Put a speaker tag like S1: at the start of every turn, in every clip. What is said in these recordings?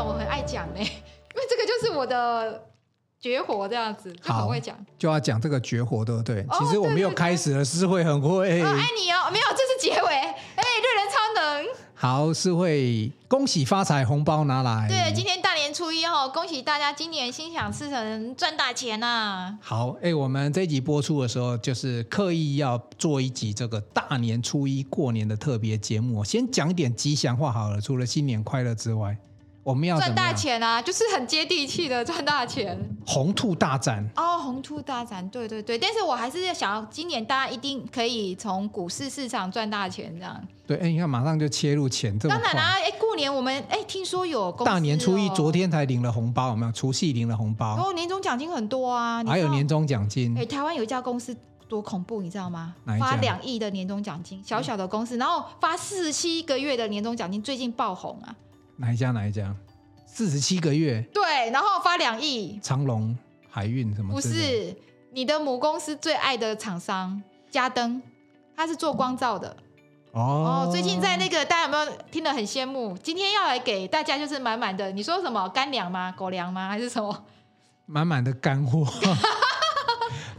S1: 欸 我的绝活这样子，就很
S2: 好
S1: 会讲。
S2: 就要讲这个绝活，对不对？
S1: 哦
S2: 其实我们
S1: 对
S2: 又
S1: 对
S2: 开始了，是会很会。
S1: 哦，爱你哦，没有，这是结 尾。哎，瑞人超能，
S2: 好，是会恭喜发财，红包拿来。
S1: 对，今天大年初一哦，恭喜大家今年心想事成，赚大钱啊呐、
S2: 好，哎、我们这一集播出的时候，就是刻意要做一集这个大年初一过年的特别节目哦。先讲一点吉祥话好了，除了新年快乐之外，我们要怎
S1: 赚
S2: 么
S1: 大
S2: 样？
S1: 钱啊，就是很接地气的赚大钱
S2: 红兔大展，
S1: 哦，红兔大展，对对对，但是我还是想要今年大家一定可以从股市市场赚大钱，这样。
S2: 对，哎、你看马上就切入钱，这么
S1: 当
S2: 快。
S1: 然啦、哎，过年我们哎听说有公司
S2: 大年初一，
S1: 哦
S2: 昨，天才领了红包，有没有？除夕领了红
S1: 然
S2: 包，
S1: 后哦年终奖金很多啊，你
S2: 还
S1: 知
S2: 有
S1: 道
S2: 年终奖金。
S1: 哎，台湾有一家公司多恐怖，你知道吗
S2: 嗯哪一？家
S1: 发两亿的年终奖金，小小的公司，然后发四十七个月的年终奖金，最近爆红啊。
S2: 哪一家？哪一家？四十七个月，
S1: 对，然后发两亿，
S2: 长隆、海运什么？
S1: 不，是你的母公司最爱的厂商嘉登，它是做光照的
S2: 哦
S1: 哦。最近在那个大家有没有听得很羡慕？今天要来给大家就是满满的，你说什么干粮吗？狗粮吗？还是什么？
S2: 满满的干货。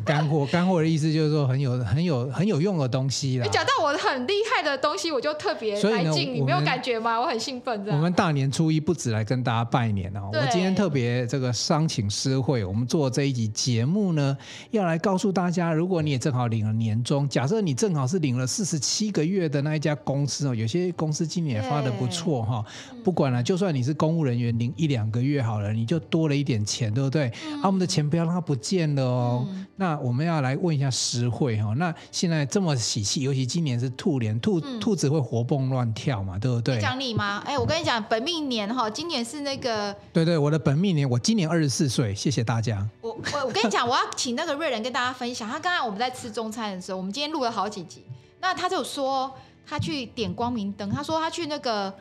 S2: 干货，干货的意思就是说很有、很有、很有用的东西啦
S1: 你。讲到我很厉害的东西，我就特别
S2: 啊所以
S1: 来
S2: 呢
S1: 劲，你
S2: 我
S1: 没有
S2: 们
S1: 感觉吗？我很兴奋，这
S2: 我
S1: 样。
S2: 们大年初一不止来跟大家拜年哦，
S1: 对
S2: 我今天特别这个商请诗会，我们做这一集节目呢，要来告诉大家，如果你也正好领了年终，假设你正好是领了四十七个月的那一家公司哦，有些公司今年也发的不错哈、不管了，就算你是公务人员，领一两个月好了，你就多了一点钱，对不对？
S1: 嗯
S2: 啊，我们的钱不要让它不见了哦。
S1: 嗯
S2: 那我们要来问一下实惠哈，那现在这么喜气，尤其今年是兔年，兔、
S1: 嗯
S2: 兔子会活蹦乱跳嘛，对不对？
S1: 讲你吗？哎，我跟你讲，本命年哈，今年是那个
S2: 对对，我的本命年，我今年二十四岁，谢谢大家。
S1: 我我我跟你讲， 我要请那个瑞仁跟大家分享。他刚才我们在吃中餐的时候，我们今天录了好几集，那他就说他去点光明灯，他说他去那个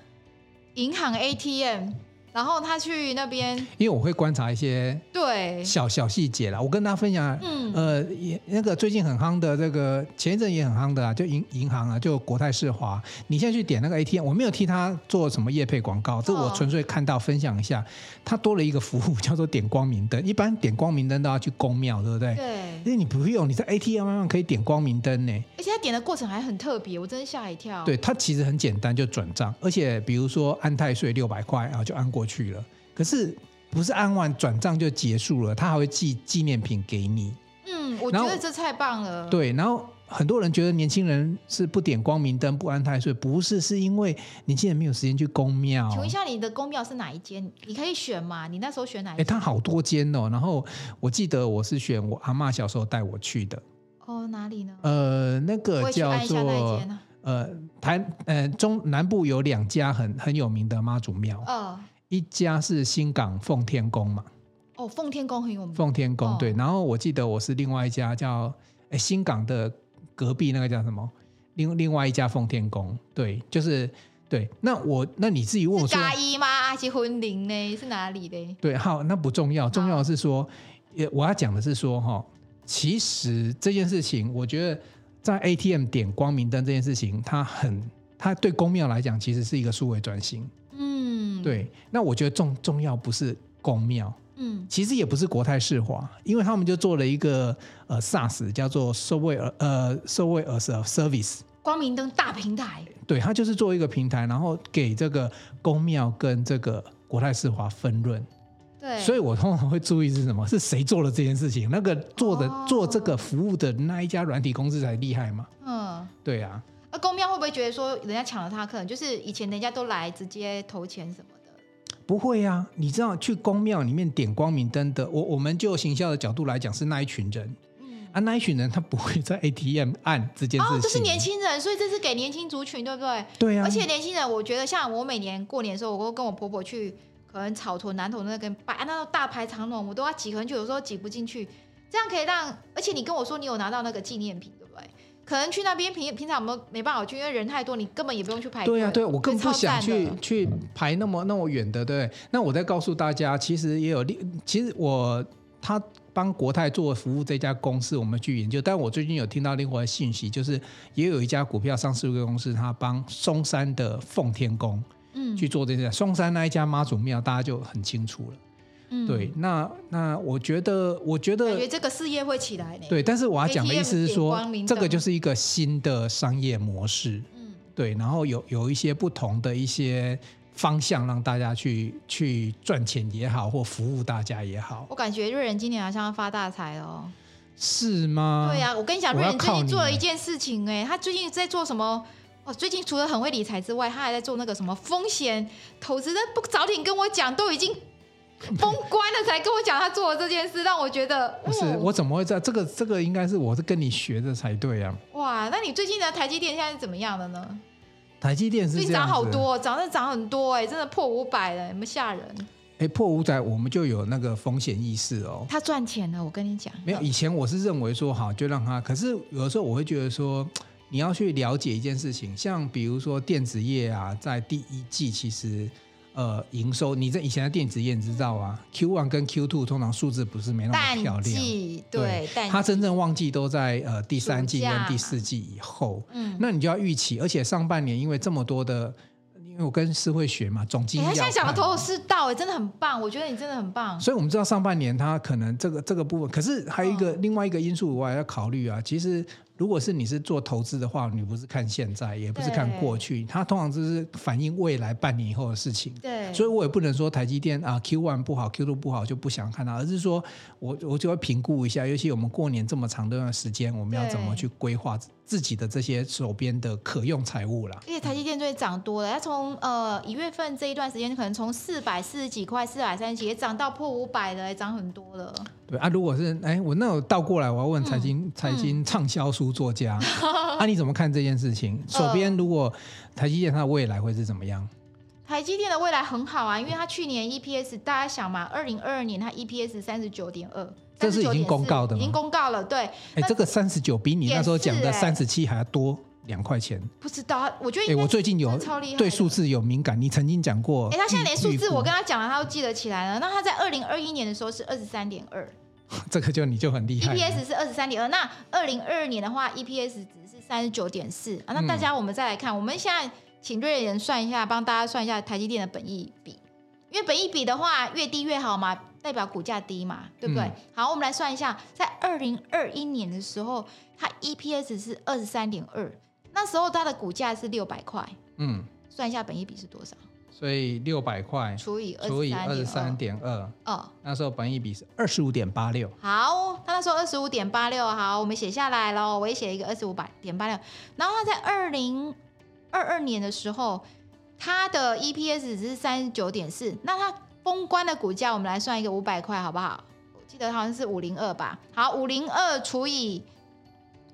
S1: 银行 ATM，然后他去那边
S2: 因为我会观察一些
S1: 对，
S2: 小小细节啦，我跟大家分享。
S1: 嗯，
S2: 呃，也那个最近很夯的，这个前一阵也很夯的啊，就银银行啊，就国泰世华，你现在去点那个 ATM，我没有替他做什么业配广告，这我
S1: 哦
S2: 纯粹看到分享一下，他多了一个服务叫做点光明灯，一般点光明灯都要去公庙，对不对？
S1: 对，
S2: 因为你不用，你在 ATM 上可以点光明灯呢。
S1: 而且他点的过程还很特别，我真的吓一跳。
S2: 对，它其实很简单，就转账，而且比如说按太岁六百块，然后就按过去了。可是不是按完转账就结束了，它还会寄纪念品给你。
S1: 嗯，我
S2: 然
S1: 觉
S2: 后
S1: 得这太棒了。
S2: 对，然后很多人觉得年轻人是不点光明灯、不安太岁，不是，是因为年轻人没有时间去公庙。
S1: 请问一下，你的公庙是哪一间？你可以选吗？你那时候选哪一
S2: 哎，
S1: 间？
S2: 它好多间哦。然后我记得我是选我阿嬷小时候带我去的，
S1: 哦，哪里呢？
S2: 呃，那
S1: 我
S2: 个
S1: 也去按
S2: 叫
S1: 一下那一
S2: 做
S1: 间啊。
S2: 呃台呃中南部有两家很很有名的妈祖庙。
S1: 呃，
S2: 一家是新港奉天宫嘛，
S1: 哦，奉天宫很有名。
S2: 奉天宫、
S1: 哦
S2: 对，然后我记得我是另外一家叫诶新港的隔壁那个叫什么，另另外一家奉天宫，对，就是对。那我那你自己问我
S1: 是
S2: 说，
S1: 嘉义吗？还是婚龄呢？是哪里的？
S2: 对，好，那不重要，重要的是说，也我要讲的是说哈，其实这件事情，我觉得在 ATM 点光明灯这件事情，它很它对公庙来讲，其实是一个数位转型。
S1: 嗯，，
S2: 对，那我觉得重重要不是公庙。
S1: 嗯，
S2: 其实也不是国泰世华，因为他们就做了一个呃 SaaS 叫做 Software 呃 Software as a Service，
S1: 光明灯大平台，
S2: 对，它就是做一个平台，然后给这个公庙跟这个国泰世华分润。
S1: 对，
S2: 所
S1: 以
S2: 以我通常会注意是什么？是谁做了这件事情？那个做的、
S1: 哦
S2: 做这个服务的那一家软体公司才厉害嘛？
S1: 嗯，
S2: 对啊，
S1: 那公庙会不会觉得说人家抢了他客人？就是以前人家都来直接投钱什么的，
S2: 不会啊，你知道去公庙里面点光明灯的，我我们就行销的角度来讲是那一群人
S1: 嗯，
S2: 啊，那一群人他不会在 ATM 按这件事情，
S1: 哦，这是年轻人，所以这是给年轻族群，对不对？
S2: 对啊，
S1: 而且年轻人，我觉得像我每年过年的时候，我会跟我婆婆去，可能草屯、南屯那个拜，啊那种大排长龙，我都要挤很久，有时候挤不进去。这样可以让，而且你跟我说你有拿到那个纪念品，对不对？可能去那边平平常我们没办法去，因为人太多，你根本也不用去排队。
S2: 对呀、对、我更不想
S1: 所以超
S2: 去
S1: 赞的
S2: 去排那么那么远的，对不对。那我再告诉大家，其实也有另，其实我他帮国泰做服务这家公司，我们去研究。但我最近有听到另外的信息，就是也有一家股票上市贵公司，它帮松山的奉天宫
S1: 嗯，
S2: 去做这件事。松山那一家妈祖庙，大家就很清楚了。
S1: 嗯，
S2: 对，，那那我觉得，我觉
S1: 感觉
S2: 得
S1: 这个事业会起来呢。，
S2: 对，但是我要讲的意思是
S1: ATM
S2: 说
S1: 点光明，
S2: 这个
S1: 灯
S2: 就是一个新的商业模式，
S1: 嗯，
S2: 对，然后有有一些不同的一些方向让大家去去赚钱也好，或服务大家也好，
S1: 我感觉瑞仁今年好像要发大财了哦。
S2: 是吗？
S1: 对啊呀、我跟你讲，
S2: 我
S1: 瑞
S2: 要
S1: 仁最
S2: 靠
S1: 近
S2: 你
S1: 做了
S2: 了
S1: 一件事情、哎，他最近在做什么？哦，最近除了很会理财之外，他还在做那个什么风险投资。但不早点跟我讲，都已经封关了，才跟我讲他做的这件事，让我觉得，哦
S2: 不是，我怎么会在这个这个应该是我是跟你学的才对啊。
S1: 哦哇！那你最近的台积电现在是怎么样的呢？
S2: 台积电是
S1: 最
S2: 这
S1: 近
S2: 样
S1: 涨
S2: 子
S1: 好多，涨是涨很多、哎，真的破五百了，有没有吓人？
S2: 哎，破五仔我们就有那个风险意识哦。
S1: 他赚钱了，我跟你讲，
S2: 没有，以前我是认为说好就让他，可是有的时候我会觉得说，你要去了解一件事情，像比如说电子业啊，在第一季其实呃营收，你在以前的电子业你知道啊，Q one 跟 Q two 通常数字不是没那么漂
S1: 淡
S2: 亮，
S1: 季，对，淡
S2: 它
S1: 季，
S2: 真正旺季都在呃第三季
S1: 暑
S2: 跟
S1: 假
S2: 第四季以后，
S1: 嗯，
S2: 那你就要预期，而且上半年因为这么多的，因为我跟师会学嘛，总经
S1: 哎、
S2: 理
S1: 他现在讲的头头
S2: 都是。
S1: 是道、哎，真的很棒，我觉得你真的很棒。
S2: 所以我们知道上半年它可能这个这个部分，可是还有一个、
S1: 嗯
S2: 另外一个因素我也要考虑啊。其实如果是你是做投资的话，你不是看现在，也不是看过去，它通常就是反映未来半年以后的事情。
S1: 对，
S2: 所以我也不能说台积电啊 Q one 不好 Q two 不好就不想看它，而是说我我就会评估一下，尤其我们过年这么长的一段时间，我们要怎么
S1: 对
S2: 去规划自己的这些手边的可用财务啦。
S1: 而且台积电最近涨多了，它从呃一月份这一段时间，可能从四百四十几块、四百三十几，也涨到破五百了，也哎涨很多了。
S2: 对啊，如果是哎，我那有倒过来，我要问财
S1: 嗯
S2: 经、财经畅销书 作家，啊，你怎么看这件事
S1: 嗯
S2: 情？手边如果台积电它的未来会是怎么样？
S1: 台积电的未来很好啊，因为它去年 EPS 大家想嘛，二零二二年它 EPS 三十九点二，
S2: 这是已经公告的吗
S1: 已经公告了。对，
S2: 哎，
S1: 那
S2: 这个三十九比你那时候讲的
S1: 也是哎
S2: 三十七还要多两块钱。
S1: 不知道，我觉得
S2: 哎，
S1: 应该
S2: 我最近有
S1: 真的超厉害的
S2: 对数字有敏感，你曾经讲过预。
S1: 哎、他现在连数
S2: 预
S1: 字
S2: 估
S1: 我跟他讲了，他都记得起来了。那他在二零二一年的时候是二十三点二
S2: 这个就你就很厉害了。
S1: ，EPS ，E 是二十三点二。那二零二二年的话，EPS ，E 值是三十九点四啊。那大
S2: 嗯
S1: 家我们再来看，我们现在请瑞人算一下，帮大家算一下台积电的本益比，因为本益比的话越低越好嘛，代表股价低嘛，对不对？
S2: 嗯
S1: 好，我们来算一下，在二零二一年的时候，它 EPS 是二十三点二，那时候它的股价是六百块，
S2: 嗯，
S1: 算一下本益比是多少？
S2: 所以六百块
S1: 除以二
S2: 除以二十
S1: 十
S2: 三
S1: 三点
S2: 点二，
S1: 二，哦。
S2: 那时候本益比是二十五点八六。
S1: 好，他那时候二十五点八六，好，我们写下来喽。我也写了一个二十五点八六。然后他在二零二二年的时候，他的 EPS 只是三十九点四，那他封关的股价，我们来算一个五百块，好不好？我记得好像是五零二吧。好，五零二除以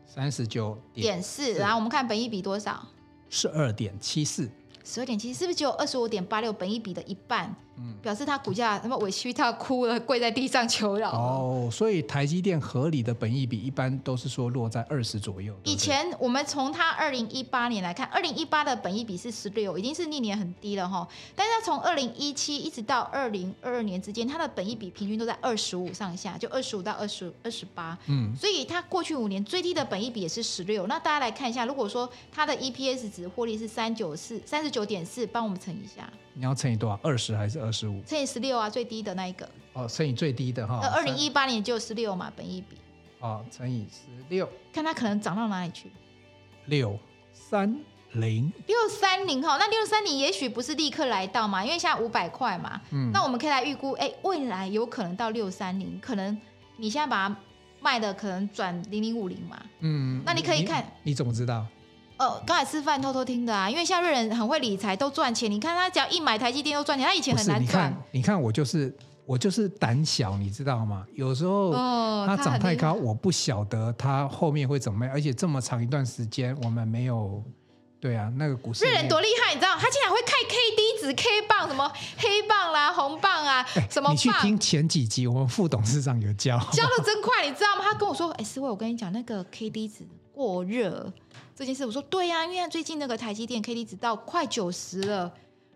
S2: 三十九点
S1: 点四，然后我们看本益比多少？
S2: 是二点七四，
S1: 十二点七，是不是只有二十五点八六本益比的一半？
S2: 嗯
S1: 表示他股价那么委屈到哭了，跪在地上求饶了。
S2: 哦，所以台积电合理的本益比一般都是说落在二十左右。对不对
S1: 以前我们从它二零一八年来看，二零一八的本益比是十六，已经是历年很低了哈。但是它从二零一七一直到二零二二年之间，它的本益比平均都在二十五上下，就二十五到二十二十八。
S2: 嗯，
S1: 所以它过去五年最低的本益比也是十六。那大家来看一下，如果说它的 EPS 值获利是三九四三十九点四，帮我们乘一下，
S2: 你要乘以多少？二十还是二十五？呃
S1: 乘以十六啊，最低的那一个。
S2: 哦，乘以最低的哈。
S1: 那二零
S2: 三
S1: 一八年就十六嘛，本益比，
S2: 哦，乘以十六
S1: 看它可能涨到哪里去。
S2: 六三零，
S1: 六三零哈，那六三零也许不是立刻来到嘛，因为现在五百块嘛，
S2: 嗯，
S1: 那我们可以来预估，哎、未来有可能到六三零，可能你现在把它卖的可能转零零五零嘛，
S2: 嗯，
S1: 那你可以看
S2: 你，你怎么知道？
S1: 呃，刚才吃饭偷偷听的啊，因为现在瑞人很会理财，都赚钱，你看他只要一买台积电都赚钱，他以前
S2: 不
S1: 很
S2: 是，
S1: 难
S2: 你
S1: 赚
S2: 看，，你看我就是我就是胆小，你知道吗？有时候
S1: 哦
S2: 它
S1: 它
S2: 长
S1: 很
S2: 太
S1: 厉
S2: 高，我不晓得它后面会怎么样，而且这么长一段时间我们没有，对啊，那个股市
S1: 瑞
S2: 没
S1: 人
S2: 有
S1: 多厉害，你知道他竟然会看 K D 值、K 棒什么黑棒啦、红棒啊，什么
S2: 哎你去
S1: 棒
S2: 听。前几集，我们副董事长有教。
S1: 教的真快，你知道吗？他跟我说：“哎、思慧，我跟你讲，那个 K D 值过热这件事。”我说：“对呀、因为最近那个台积电 K D 值到快九十了，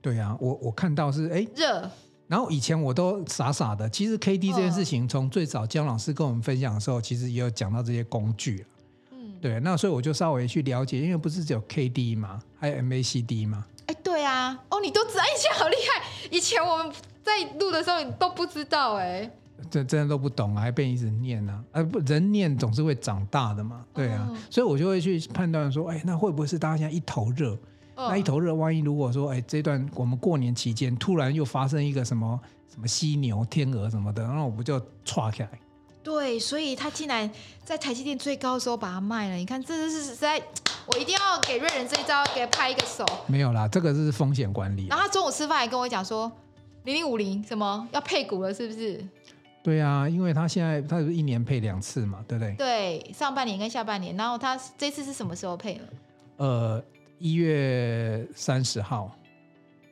S2: 对啊，我我看到是哎，
S1: 热
S2: 然后以前我都傻傻的。其实 K D
S1: 嗯
S2: 这件事情，从最早姜老师跟我们分享的时候，其实也有讲到这些工具了
S1: 嗯，
S2: 对，那所以我就稍微去了解，因为不是只有 K D 嘛，还有 M A C D 嘛。
S1: 哎哎、对啊，哦，你都知道，以前好厉害。以前我们在录的时候你都不知道哎、
S2: 这真的都不懂啊，还被一直念呢、啊。啊，不，人念总是会长大的嘛，对啊，
S1: 哦
S2: 所以我就会去判断说，哎，那会不会是大家现在一头热？
S1: 嗯
S2: 那一头热，万一如果说，哎，这段我们过年期间突然又发生一个什么什么犀牛、天鹅什么的，那我不就岔开？
S1: 对，所以他竟然在台积电最高的时候把它卖了。你看，这是实在，我一定要给瑞仁这一招，给他拍一个手。
S2: 没有啦，这个是风险管理
S1: 然。后他中午吃饭还跟我讲说，零零五零什么要配股了，是不是？
S2: 对啊，因为他现在他是一年配两次嘛，对不对？
S1: 对，上半年跟下半年。然后他这次是什么时候配了？
S2: 呃，一月三十号、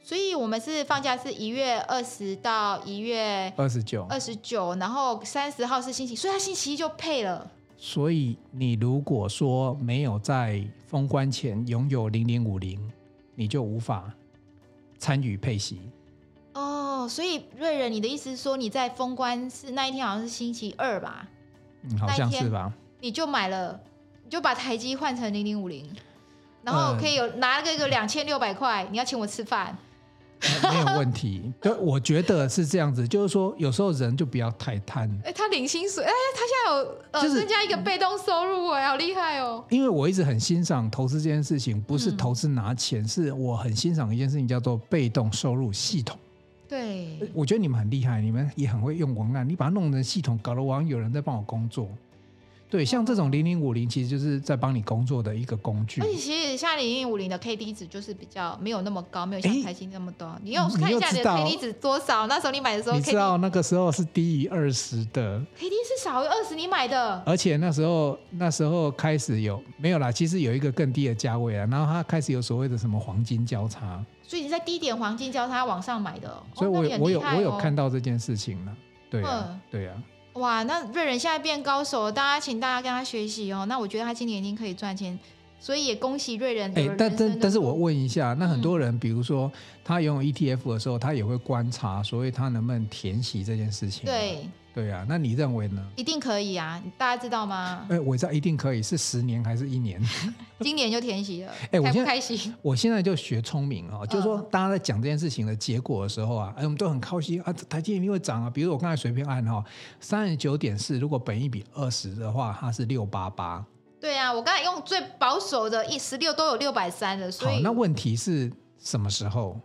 S1: 所以我们是放假是一月二十到一月
S2: 二十九，
S1: 二十九，然后三十号是星期，所以他星期一就配了。
S2: 所以你如果说没有在封关前拥有零零五零，你就无法参与配息。
S1: 哦，所以瑞仁，你的意思是说你在封关是那一天好像是星期二吧？
S2: 嗯，好像是吧？
S1: 你就买了，你就把台积换成零零五零，然后
S2: 嗯
S1: 可以有拿个个两千六百块，你要请我吃饭。
S2: 没有问题。对，我觉得是这样子，就是说有时候人就不要太贪，
S1: 哎、他领薪水，哎、他现在有呃、
S2: 就是
S1: 增加一个被动收入，哎，好厉害哦。
S2: 因为我一直很欣赏投资这件事情，不是
S1: 嗯
S2: 投资拿钱，是我很欣赏一件事情叫做被动收入系统。
S1: 对，
S2: 我觉得你们很厉害，你们也很会用文案，你把它弄成系统，搞得我好像有人在帮我工作。对，像这种零零五零，其实就是在帮你工作的一个工具
S1: 而。且其实像零零五零的 K D 值就是比较没有那么高，没有像
S2: 哎
S1: 台积那么多。你用
S2: 你
S1: 看一
S2: 又
S1: 下你
S2: 知
S1: 的
S2: 道
S1: K D 值多少？那时候你买的时候
S2: 你
S1: K
S2: 知
S1: D
S2: 道那个时候是低于二十的，
S1: K D 是少于二十，你买的。
S2: 而且那时候那时候开始有没有啦？其实有一个更低的价位啊，然后它开始有所谓的什么黄金交叉，
S1: 所以你在低点黄金交叉往上买的哦，
S2: 所
S1: 哦
S2: 以我、
S1: 那你很
S2: 我
S1: 厉
S2: 有
S1: 害
S2: 我有
S1: 哦
S2: 看到这件事情了。对啊
S1: 嗯，
S2: 对啊，
S1: 哇，那瑞仁现在变高手了，大家请大家跟他学习哦。那我觉得他今年一定可以赚钱，所以也恭喜瑞仁有
S2: 哎、
S1: 了人生的。
S2: 但但但是我问一下，那很
S1: 嗯
S2: 多人，比如说他拥有 ETF 的时候，他也会观察，所以他能不能填息这件事情。，
S1: 对，
S2: 对啊，那你认为呢？
S1: 一定可以啊！大家知道吗？
S2: 哎、我知道一定可以，是十年还是一年？
S1: 今年就填息了，
S2: 哎我
S1: 开
S2: 现
S1: 不
S2: 在
S1: 开心？
S2: 我现在就学聪明
S1: 嗯
S2: 哦，就是说大家在讲这件事情的结果的时候啊，哎，我们都很高兴啊，台积电一定会涨啊。比如我刚才随便按哈、哦，三十九点四，如果本益比二十的话，它是六八八。
S1: 对啊，我刚才用最保守的一十六都有六百三了，所
S2: 好，
S1: 以
S2: 那问题是什么时候？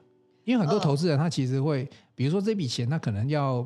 S2: 因为很多
S1: 嗯
S2: 投资人他其实会，比如说这笔钱他可能要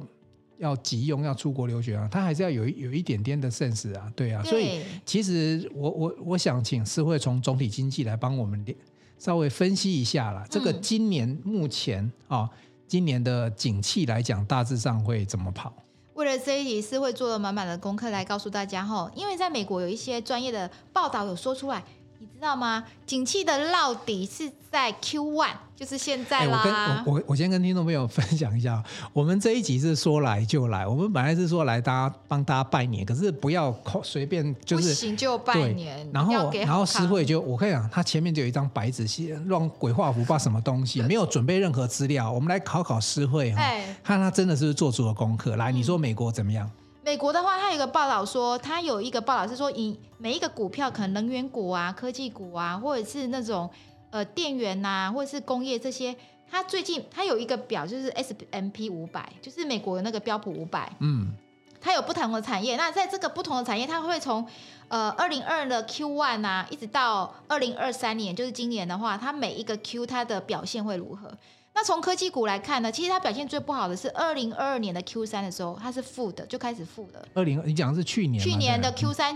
S2: 要急用，要出国留学啊，他还是要有一有一点点的 sense 啊，对啊，所以
S1: 对
S2: 其实我我我想请思慧从总体经济来帮我们了稍微分析一下啦，这个
S1: 嗯
S2: 今年目前啊、今年的景气来讲，大致上会怎么跑？
S1: 为了这一题是会做了满满的功课来告诉大家吼，因为在美国有一些专业的报道有说出来，你知道吗？景气的落底是在 Q one，就是现在
S2: 哎，
S1: 啦。
S2: 我跟我我我先跟听众朋友分享一下，我们这一集是说来就来，我们本来是说来大家帮大家拜年，可是不要扣随便就
S1: 不
S2: 是。
S1: 行就拜
S2: 对
S1: 年，，
S2: 然
S1: 要
S2: 后
S1: 给
S2: 然后
S1: 好
S2: 诗
S1: 康
S2: 慧就我跟你讲，他前面就有一张白纸写乱鬼画符，不知道什么东西，没有准备任何资料。我们来考考诗慧哈
S1: 哎，
S2: 看他真的是不是做足了功课。
S1: 嗯
S2: 来，你说美国怎么样？
S1: 美国的话，它有一个报道说，它有一个报道是说，你每一个股票，可能能源股啊、科技股啊，或者是那种呃电源呐、或者是工业这些，它最近它有一个表，就是 S M P 五百，就是美国那个标普五百，
S2: 嗯，
S1: 它有不同的产业。那在这个不同的产业，它会从呃二零二的 Q one 啊，一直到二零二三年，就是今年的话，它每一个 Q 它的表现会如何？那从科技股来看呢，其实它表现最不好的是二零二二年的 Q 三的时候，它是负的，就开始负的。
S2: 二零你讲的是去年嘛，
S1: 去年的
S2: 对啊不
S1: Q 三，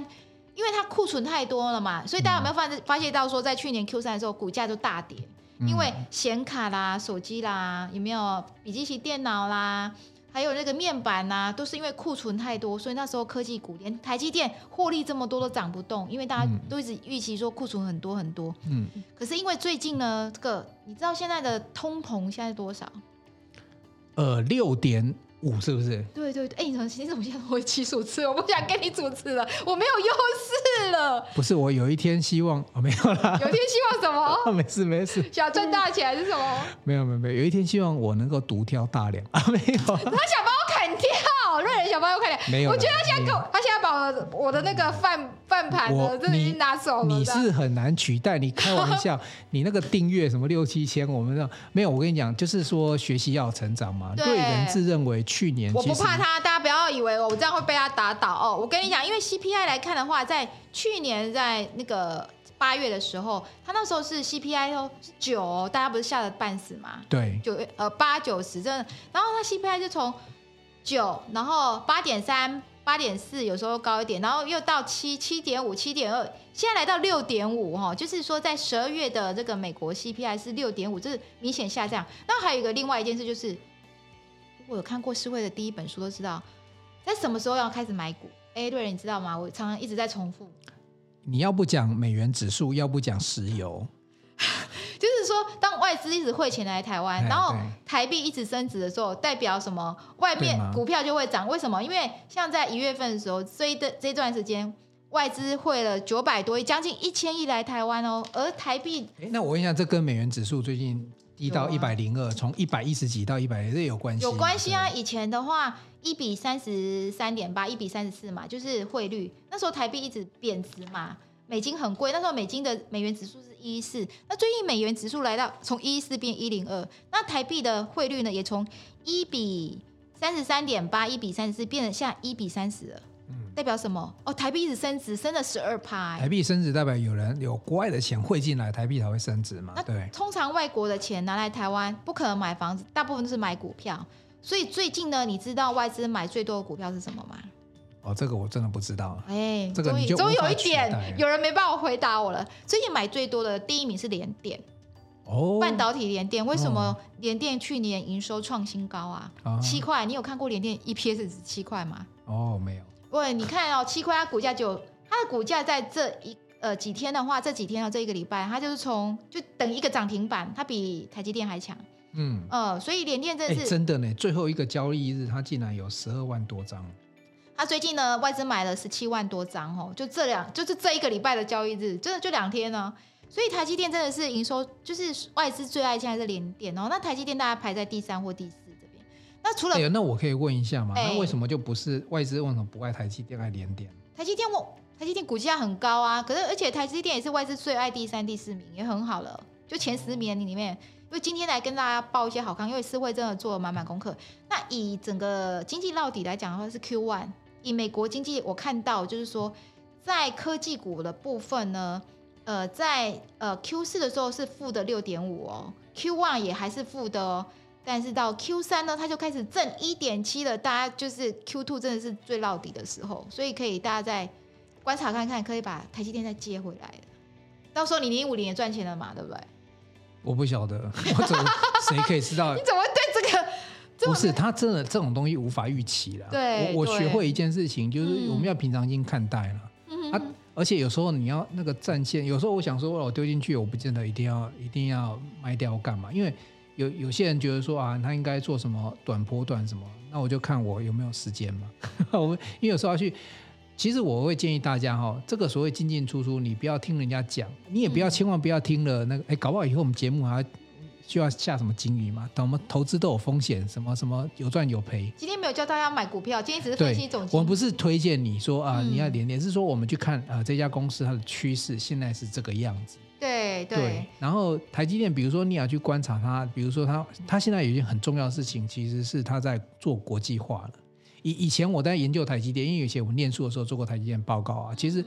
S1: 因为它库存太多了嘛，所以大家有没有发发现到说，在去年 Q 三的时候，股价就大跌，
S2: 嗯
S1: 因为显卡啦、手机啦，有没有笔记型电脑啦，还有那个面板啦，都是因为库存太多，所以那时候科技股连台积电获利这么多都涨不动，因为大家
S2: 嗯
S1: 都一直预期说库存很多很多。
S2: 对嗯，
S1: 可是因为最近呢，这个你知道现在的通膨现在多少？
S2: 呃，六点五是不是？
S1: 对对对，哎、你怎么你怎么现在都会起主持？我不想跟你主持了，我没有优势了。
S2: 不是，我有一天希望哦，没有啦，
S1: 有一天希望什么？
S2: 没事没事，
S1: 想赚大钱还是什 么？
S2: 没有没有没有，有一天希望我能够独挑大梁啊，没有。
S1: 他想把我砍掉，瑞仁现小朋友快点！
S2: 没有了，
S1: 我觉得他现
S2: 没
S1: 在
S2: 有
S1: 给我，他现在把我的我的那个饭饭盘
S2: 我
S1: 呢，真的已
S2: 你
S1: 经拿走了。
S2: 你
S1: 这样
S2: 是很难取代，你开玩笑， 你那个订阅什么六七千，我们那没有。我跟你讲，就是说学习要成长嘛。
S1: 对
S2: 瑞人自认为去年
S1: 我
S2: 其
S1: 不
S2: 实
S1: 怕他，大家不要以为我这样会被他打倒哦。我跟你讲，因为 CPI 来看的话，在去年在那个八月的时候，他那时候是 CPI 哦是九、哦，大家不是吓得半死吗？
S2: 对
S1: 九呃八九十真的，然后它 CPI 就从九，然后八点三、八点四，有时候高一点，然后又到七、七点五、七点二，现在来到六点五哈，就是说在十二月的这个美国 CPI 是六点五，这是明显下降。那还有一个另外一件事就是，我有看过世卫的第一本书都知道，在什么时候要开始买股。哎，瑞仁，你知道吗？我常常一直在重复，
S2: 你要不讲美元指数，要不讲石油，
S1: 就是说，当外资一直汇钱来台湾
S2: 哎，
S1: 然后
S2: 对
S1: 台币一直升值的时候，代表什么？外面
S2: 对吗
S1: 股票就会涨。为什么？因为像在一月份的时候，这一的这段时间，外资汇了九百多亿，将近一千亿来台湾哦，而台币
S2: 诶那我问一下，这跟美元指数最近低到一
S1: 有啊
S2: 百零二，从一百一十几到一百，这有关系？
S1: 有关系啊。。以前的话，一比三十三点八，一比三十四嘛，就是汇率。那时候台币一直贬值嘛，美金很贵。那时候美金的美元指数是一四，那最近美元指数来到从一四变一零二，那台币的汇率呢也从一比三十三点八，一比三十四变成现在一比三十了。代表什么？哦，台币一直升值，升了十二趴。欸
S2: 嗯台币升值代表有人有国外的钱汇进来，台币才会升值嘛
S1: 那？
S2: 对，
S1: 通常外国的钱拿来台湾，不可能买房子，大部分都是买股票。所以最近呢，你知道外资买最多的股票是什么吗？
S2: 哦，这个我真的不知道啊。
S1: 哎，
S2: 这个
S1: 终
S2: 你
S1: 于
S2: 就
S1: 终于
S2: 无法
S1: 有一
S2: 取代了
S1: 点，有人没办法回答我了。最近买最多的第一名是联电，
S2: 哦，
S1: 半导体联电。为什么联电去年营收创新高啊？
S2: 啊
S1: 七块，你有看过联电 EPS 值七块吗？
S2: 哦，没有，
S1: 喂，你看哦，七块它股价就它的股价在这一呃几天的话，这几天的这一个礼拜，它就是从就等一个涨停板，它比台积电还强。
S2: 嗯，
S1: 呃，所以联电真
S2: 哎，
S1: 的是
S2: 真的呢，最后一个交易日，它竟然有十二万多张，
S1: 他最近呢，外资买了十七万多张哦，就这两，就是这一个礼拜的交易日，真的就两天呢、所以台积电真的是营收，就是外资最爱现在是联电哦。那台积电大家排在第三或第四这边。那除了
S2: 哎呦，那我可以问一下嘛？
S1: 哎
S2: 那为什么就不是外资？为什么不爱台积电、爱联电？
S1: 台积电，我台积电股价很高啊，可是而且台积电也是外资最爱第三、第四名，也很好了，就前十名里面。因为今天来跟大家报一些好康，因为思慧真的做了满满功课。那以整个经济到底来讲的话，是 Q one。以美国经济，我看到就是说，在科技股的部分呢，呃，在呃 Q 四的时候是负的六点五哦，Q one 也还是负的哦，但是到 Q 三呢，它就开始正一点七了，大家就是 Q two 真的是最落底的时候，所以可以大家再观察看看，可以把台积电再接回来的。到时候你零五零也赚钱了嘛，对不对？
S2: 我不晓得， 我怎么谁可以知道
S1: 你？怎么会对这个？这
S2: 不
S1: 么
S2: 是，它真的这种东西无法预期的。
S1: 对
S2: 我我
S1: 对
S2: 学会一件事情，就是
S1: 嗯
S2: 我们要平常心看待了。
S1: 嗯
S2: 啊，而且有时候你要那个战线，有时候我想说，我丢进去，我不见得一定要一定要卖掉干嘛？因为有有些人觉得说啊，他应该做什么短波段什么，那我就看我有没有时间嘛。 我们因为有时候要去，其实我会建议大家哈、这个所谓进进出出，你不要听人家讲，你也不要
S1: 嗯
S2: 千万不要听了那个，哎，搞不好以后我们节目还要需要下什么金鱼嘛？但我们投资都有风险，什么什么有赚有赔，
S1: 今天没有教大家买股票，今天只是分析
S2: 对
S1: 总，结。
S2: 我们不是推荐你说啊、
S1: 嗯
S2: 你要连连，是说我们去看啊、呃这家公司它的趋势现在是这个样子。
S1: 对对，
S2: 然后台积电，比如说你要去观察它，比如说它它现在有一件很重要的事情，其实是它在做国际化了。以以前我在研究台积电，因为以前我念书的时候做过台积电报告啊，其
S1: 嗯
S2: 实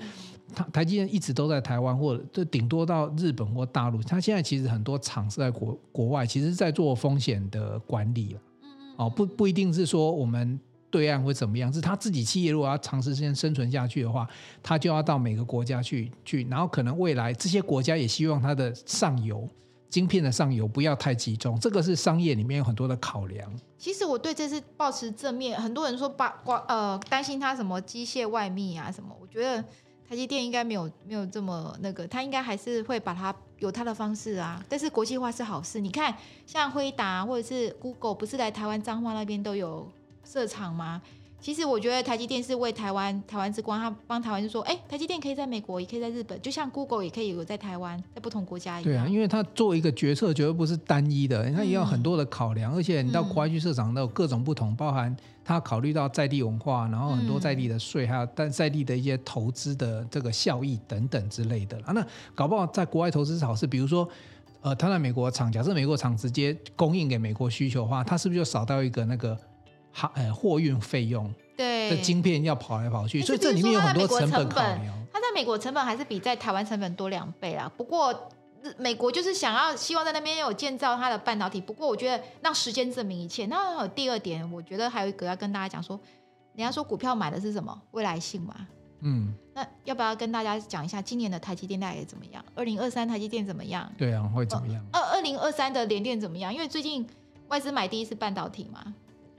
S2: 它台积电一直都在台湾，或者就顶多到日本或大陆。它现在其实很多厂是在国国外，其实是在做风险的管理了。
S1: 嗯
S2: 哦，不不一定是说我们对岸会怎么样，是他自己企业如果要长时间生存下去的话，他就要到每个国家去去，然后可能未来这些国家也希望它的上游晶片的上游不要太集中，这个是商业里面有很多的考量。
S1: 其实我对这次保持正面，很多人说把挂呃担心它什么机械外密啊什么，我觉得台积电应该没有没有这么那个，它应该还是会把它有它的方式啊。但是国际化是好事，你看像辉达或者是 Google 不是来台湾彰化那边都有设厂吗？其实我觉得台积电是为台湾台湾之光，他帮台湾就说，哎、台积电可以在美国，也可以在日本，就像 Google 也可以有在台湾，在不同国家一样。
S2: 对啊，因为他做一个决策绝对不是单一的，他也要
S1: 哎嗯
S2: 很多的考量，而且你到国外去市场，那有各种不同，包含他考虑到在地文化，然后很多
S1: 嗯
S2: 在地的税，还有但在地的一些投资的这个效益等等之类的啊。那搞不好在国外投资是好事，比如说。呃，他在美国厂，假设美国厂直接供应给美国需求的话，他是不是就少掉一个那个航呃货运费用？这
S1: 对，
S2: 晶片要跑来跑去，
S1: 哎
S2: 所以
S1: 这
S2: 这
S1: 不是
S2: 里面有
S1: 说它在美国
S2: 很多成本
S1: 成
S2: 考
S1: 本
S2: 量。
S1: 它在美国成本还是比在台湾成本多两倍啦。不过日美国就是想要希望在那边有建造它的半导体。不过我觉得让时间证明一切。那还有第二点，我觉得还有一个要跟大家讲说，人家说股票买的是什么未来性嘛。
S2: 嗯，
S1: 那要不要跟大家讲一下今年的台积电大概怎么样？二零二三台积电怎么样？
S2: 对啊，会怎么样？
S1: 二二零二三的联电怎么样？因为最近外资买第一是半导体嘛，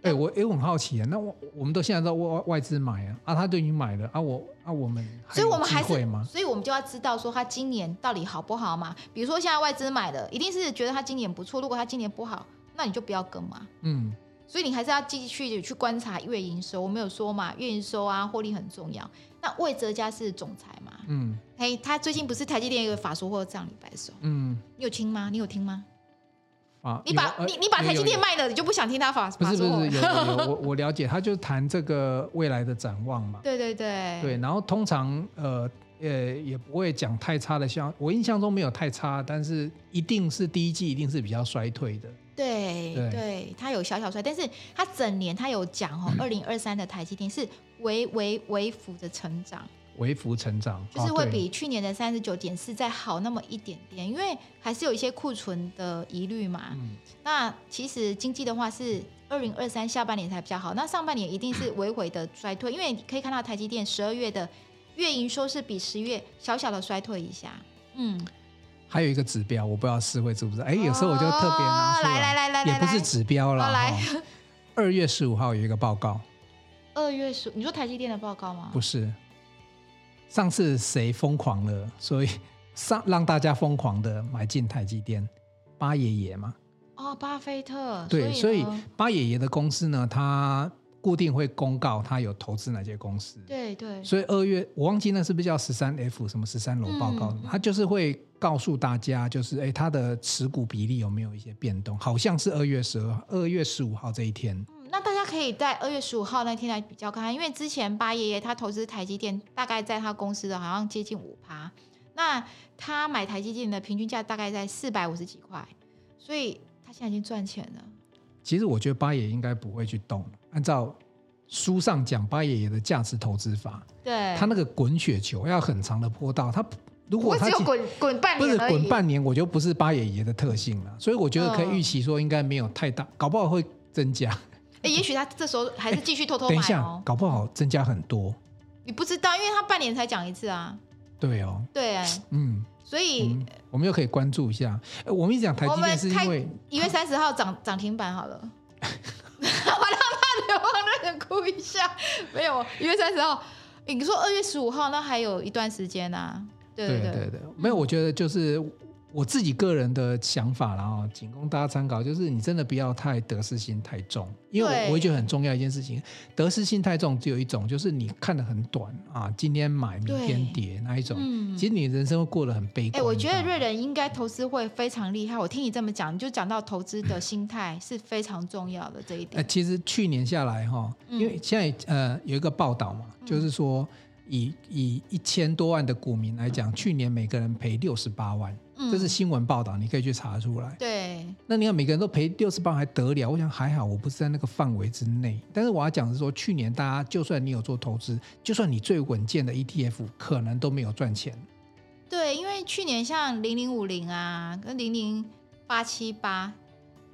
S2: 哎、我哎、我很好奇啊，那我我们都现在都外外资买啊，啊，他都已经买了啊，我啊，我们
S1: 所以我们还
S2: 有机会
S1: 是，
S2: 吗？
S1: 所以我们就要知道说它今年到底好不好嘛。比如说现在外资买的，一定是觉得它今年不错，如果它今年不好，那你就不要跟嘛。
S2: 嗯，
S1: 所以你还是要继续去观察月营收，我们有说嘛，月营收啊，获利很重要。那魏哲家是总裁嘛，
S2: 嗯
S1: 嘿，他最近不是台积电有一个法说或账礼拜手，
S2: 嗯
S1: 你有听吗？你有听吗？
S2: 啊，
S1: 你
S2: 有
S1: 把、
S2: 呃
S1: 你你把
S2: 有
S1: 台积
S2: 有
S1: 电
S2: 有
S1: 卖了，你就不想听他法
S2: 不
S1: 法
S2: 是
S1: 说
S2: 不
S1: 或
S2: 是有有有，我我了解，他就谈这个未来的展望嘛，
S1: 对对对
S2: 对，然后通常呃呃也不会讲太差的像我印象中没有太差，但是一定是第一季一定是比较衰退的，
S1: 对
S2: 对
S1: 对，它有小小衰，但是它整年它有讲
S2: 嗯
S1: 哦，二零二三的台积电是微微微幅的成长，
S2: 微幅成长，
S1: 就是
S2: 啊
S1: 会
S2: 对
S1: 比去年的三十九点四再好那么一点点，因为还是有一些库存的疑虑嘛。
S2: 嗯
S1: 那其实经济的话是二零二三下半年才比较好，那上半年一定是微回的衰退，因为你可以看到台积电十二月的月营收是比十月小小的衰退一下。嗯，
S2: 还有一个指标，我不知道思慧知不知道。哎，有时候我就特别拿
S1: 哦
S2: 出
S1: 来来来来来
S2: 也不是
S1: 来
S2: 指标啦。
S1: 好来
S2: 哈二月十五号有一个报告，
S1: 二月十，你说台积电的报告吗？
S2: 不是上次谁疯狂了，所以上让大家疯狂的买进台积电，八爷爷嘛。
S1: 哦，巴菲特。
S2: 对，所
S1: 所
S2: 以
S1: 呢
S2: 八爷爷的公司呢，他固定会公告他有投资哪些公司。
S1: 对对，
S2: 所以二月我忘记那是不是叫十三 F 什么十三楼报告，
S1: 嗯
S2: 它就是会告诉大家，就是哎它的持股比例有没有一些变动，好像是二月十二、二月十五号这一天，
S1: 嗯那大家可以在二月十五号那天来比较看看，因为之前八爷爷他投资台积电，大概在他公司的好像接近五趴，那他买台积电的平均价大概在四百五十几块，所以他现在已经赚钱了。
S2: 其实我觉得八爷应该不会去动，按照书上讲八爷爷的价值投资法，
S1: 对，
S2: 他那个滚雪球要很长的坡道，他如
S1: 不
S2: 果
S1: 过
S2: 他
S1: 只有
S2: 去
S1: 滚滚半
S2: 不是
S1: 年而已。
S2: 滚半年，我就不是八爷爷的特性了，所以我觉得可
S1: 嗯
S2: 以预期说应该没有太大，搞不好会增加。
S1: 诶也许他这时候还是继续偷偷
S2: 等一
S1: 买
S2: 下
S1: 哦，，
S2: 搞不好增加很多，
S1: 你不知道，因为他半年才讲一次啊。
S2: 对哦，
S1: 对，
S2: 嗯。
S1: 所以
S2: 我们我们又可以关注一下。呃我们一直讲台
S1: 我
S2: 积电
S1: 们
S2: 是
S1: 开
S2: 因为
S1: 一月三十号涨涨停板好了， 我让他流往那个哭一下。没有，一月三十号，诶你说二月十五号，那还有一段时间啊。对
S2: 对
S1: 对
S2: 对对，没有，我觉得就是我自己个人的想法啦哦，仅供大家参考。就是你真的不要太得失心太重，因为
S1: 对
S2: 我我会觉得很重要一件事情，得失心太重只有一种，就是你看得很短啊，今天买明天
S1: 对
S2: 跌那一种，
S1: 嗯
S2: 其，实你人生会过得很悲
S1: 哎、
S2: 观。啊
S1: 我觉得
S2: 你知道吗
S1: 瑞仁应该投资会非常厉害。我听你这么讲，你就讲到投资的心态是非常重要的这一
S2: 呃，
S1: 点。
S2: 其实去年下来哈，
S1: 嗯
S2: 因为现在呃有一个报道嘛，就是说以以一千多万的股民来讲，去年每个人赔六十八万。
S1: 嗯
S2: 这是新闻报道，你可以去查出来。
S1: 对，
S2: 那你看每个人都赔六十八还得了？我想还好，我不是在那个范围之内。但是我要讲的是说，去年大家就算你有做投资，就算你最稳健的 ETF，可能都没有赚钱。
S1: 对，因为去年像零零五零啊，跟零零八七八，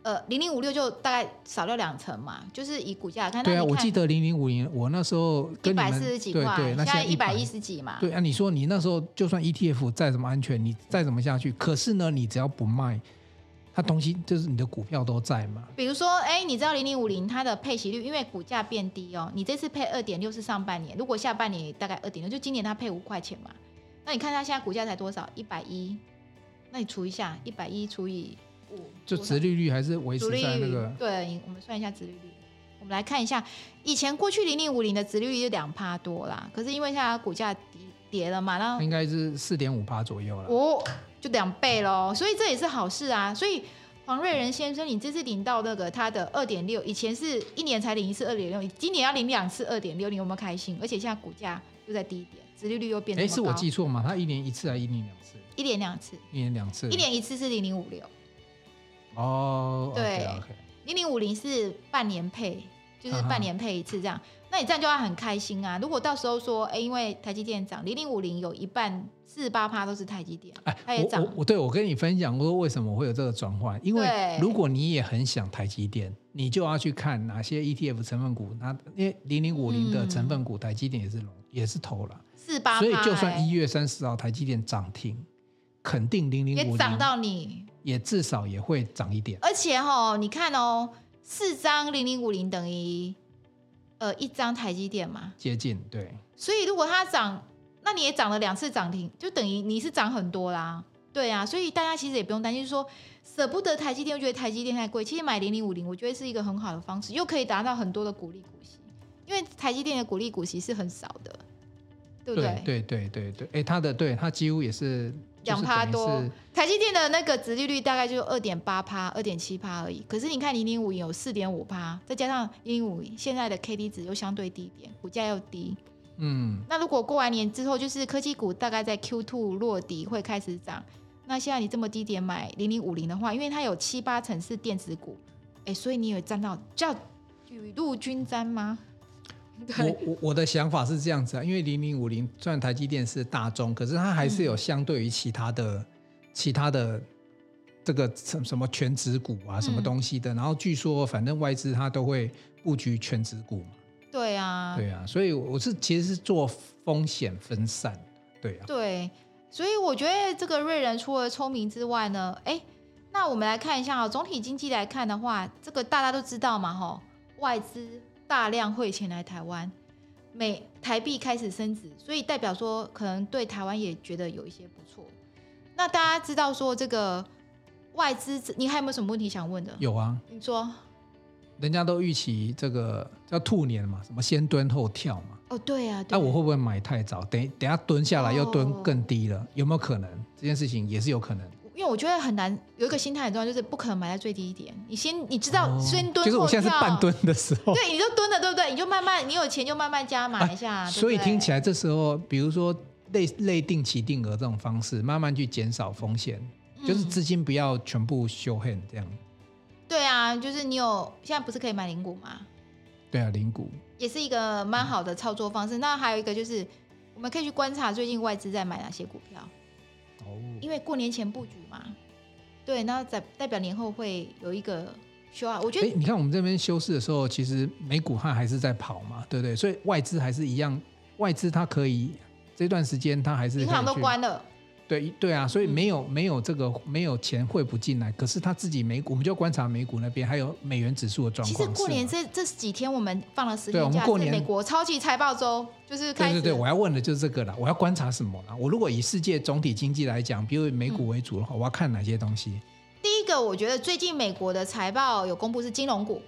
S1: 呃，零零五六就大概少掉两成嘛，就是以股价来看。
S2: 对啊，
S1: 那你
S2: 我
S1: 看
S2: 记得零零五零，我那时候
S1: 一
S2: 跟你
S1: 百
S2: 们
S1: 四十几
S2: 对
S1: 块，
S2: 对，那
S1: 现在一百
S2: 百
S1: 一。十几嘛。
S2: 对啊，你说你那时候就算 ETF 再怎么安全，你再怎么下去，可是呢，你只要不卖，它东西就是你的股票都在嘛。
S1: 比如说，哎，你知道零零五零它的配息率，因为股价变低哦，你这次配二点六是上半年，如果下半年大概二点六，就今年它配五块钱嘛。那你看它现在股价才多少？一百一，那你除一下，一百一除以五，
S2: 就
S1: 多少
S2: 殖利率还是维
S1: 主
S2: 持
S1: 力
S2: 在那个
S1: 对，我们算一下殖利率，我们来看一下，以前过去零零五零的殖利率就两趴多啦，可是因为现在股价跌跌了嘛，那
S2: 应该是四点五八左右了。
S1: 哦就两倍喽，所以这也是好事啊。所以黄瑞仁先生，你这次领到那个他的二点六，以前是一年才领一次二点六，今年要领两次二点六，你有没有开心？而且现在股价又在低点，殖利率又变得
S2: 哎，是我记错吗？他一年一次还是一年两次？
S1: 一年两次，
S2: 一年两次。
S1: 一年一次是零零五六。
S2: 哦，
S1: 对
S2: o k
S1: 零零五零是半年配，就是半年配一次这样。那你这样就要很开心啊！如果到时候说，哎、因为台积电涨，零零五零有一半四十八趴都是台积电，它也
S2: 哎我
S1: 涨
S2: 我我对我跟你分享过为什么会有这个转换，因为
S1: 对
S2: 如果你也很想台积电，你就要去看哪些 ETF 成分股，那因为零零五零的
S1: 嗯
S2: 成分股台积电也是龙也是投了，
S1: 四八趴，
S2: 所以就算一月三十号台积电涨停，肯定零零
S1: 也
S2: 五
S1: 涨
S2: 零
S1: 到你，
S2: 也至少也会涨一点。
S1: 而且哦，你看哦，四张零零五零等于呃一张台积电嘛，
S2: 接近对，
S1: 所以如果它涨，那你也涨了两次涨停，就等于你是涨很多啦。对啊，所以大家其实也不用担心说舍不得台积电，又觉得台积电太贵。其实买零零五零，我觉得是一个很好的方式，又可以达到很多的股利股息，因为台积电的股利股息是很少的，对不对？
S2: 对对对对，哎，它的对它几乎也是
S1: 两趴
S2: 就是等于
S1: 多
S2: 是，
S1: 台积电的那个殖利率大概就二点八趴、二点七趴而已。可是你看零零五有四点五趴，再加上零零五现在的 K D 值又相对低一点，股价又低，
S2: 嗯，
S1: 那如果过完年之后，就是科技股大概在 Q two 落底会开始涨。那现在你这么低点买零零五零的话，因为它有七八成是电子股，哎、所以你有沾到叫雨露均沾吗？对，
S2: 我我我的想法是这样子啊，因为零零五零虽然台积电是大宗，可是它还
S1: 嗯
S2: 是有相对于其他的、其他的这个什什么全职股啊，什么
S1: 嗯
S2: 东西的。然后据说反正外资它都会布局全职股嘛，
S1: 对啊，
S2: 对啊，所以我是其实是做风险分散，对啊，
S1: 对，所以我觉得这个瑞人除了聪明之外呢，哎，那我们来看一下啊、总体经济来看的话，这个大家都知道嘛、吼，外资大量汇钱来台湾，美台币开始升值，所以代表说可能对台湾也觉得有一些不错。那大家知道说这个外资，你还有没有什么问题想问的？
S2: 有啊，
S1: 你说，
S2: 人家都预期这个叫兔年嘛，什么先蹲后跳嘛。
S1: 哦，对啊，对
S2: 那、我会不会买太早？等等下蹲下来又蹲
S1: 哦
S2: 更低了，有没有可能？这件事情也是有可能。
S1: 因为我觉得很难有一个心态很重要，就是不可能买在最低点。你先，你知道
S2: 哦
S1: 先蹲
S2: 就是我
S1: 后
S2: 现在是
S1: 跳
S2: 半蹲的时候。
S1: 对，你就蹲着，对不对？你就慢慢，你有钱就慢慢加买一下。啊对不
S2: 啊所以
S1: 对
S2: 听起来，这时候比如说类类定期定额这种方式，慢慢去减少风险，就是
S1: 嗯
S2: 资金不要全部修 hand 这样。
S1: 对啊，就是你有现在不是可以买零股吗？
S2: 对啊，零股
S1: 也是一个蛮好的操作方式。那还有一个就是，我们可以去观察最近外资在买哪些股票，
S2: 哦，
S1: 因为过年前布局嘛。对，那代代表年后会有一个需要，我觉
S2: 哎
S1: 得，
S2: 你看我们这边休市的时候，其实美股它还是在跑嘛，对不对？所以外资还是一样，外资它可以这段时间它还是
S1: 银
S2: 可以
S1: 行都
S2: 去
S1: 关了。
S2: 对对啊，所以
S1: 嗯
S2: 没有、没有这个没有钱汇不进来，可是他自己美股，我们就观察美股那边还有美元指数的状
S1: 其
S2: 况。
S1: 实过
S2: 是
S1: 年
S2: 吗
S1: 这这几天我们放了十
S2: 对我
S1: 天
S2: 们
S1: 假，
S2: 过
S1: 是
S2: 年
S1: 美国超级财报周，就是开
S2: 对
S1: 始
S2: 对对，我要问的就是这个啦。我要观察什么啦？我如果以世界总体经济来讲，比如以美股为主的话，我要看哪些东西？
S1: 第一个，我觉得最近美国的财报有公布是金融股，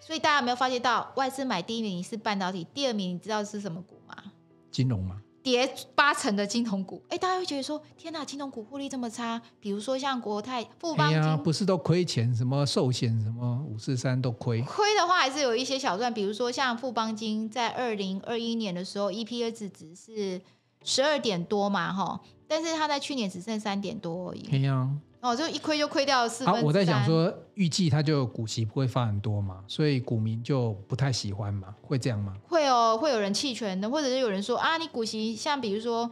S1: 所以大家有没有发现到外资买第一名是半导体，第二名你知道是什么股吗？
S2: 金融嘛，
S1: 跌八成的金融股，哎，大家会觉得说，天哪，金融股获利这么差，比如说像国泰、富邦
S2: 哎
S1: 金。
S2: 呀，不是都亏钱，什么寿险，什么五四三都亏。
S1: 亏的话还是有一些小赚，比如说像富邦金在二零二一年的时候，EPS 值是十二点多嘛，哈，但是它在去年只剩三点多而已，
S2: 哎呀，
S1: 哦，就一亏就亏掉四分
S2: 啊，
S1: 之三。
S2: 我在想说，预计它就股息不会发很多嘛，所以股民就不太喜欢嘛，会这样吗？
S1: 会哦，会有人弃权的，或者是有人说啊，你股息像比如说，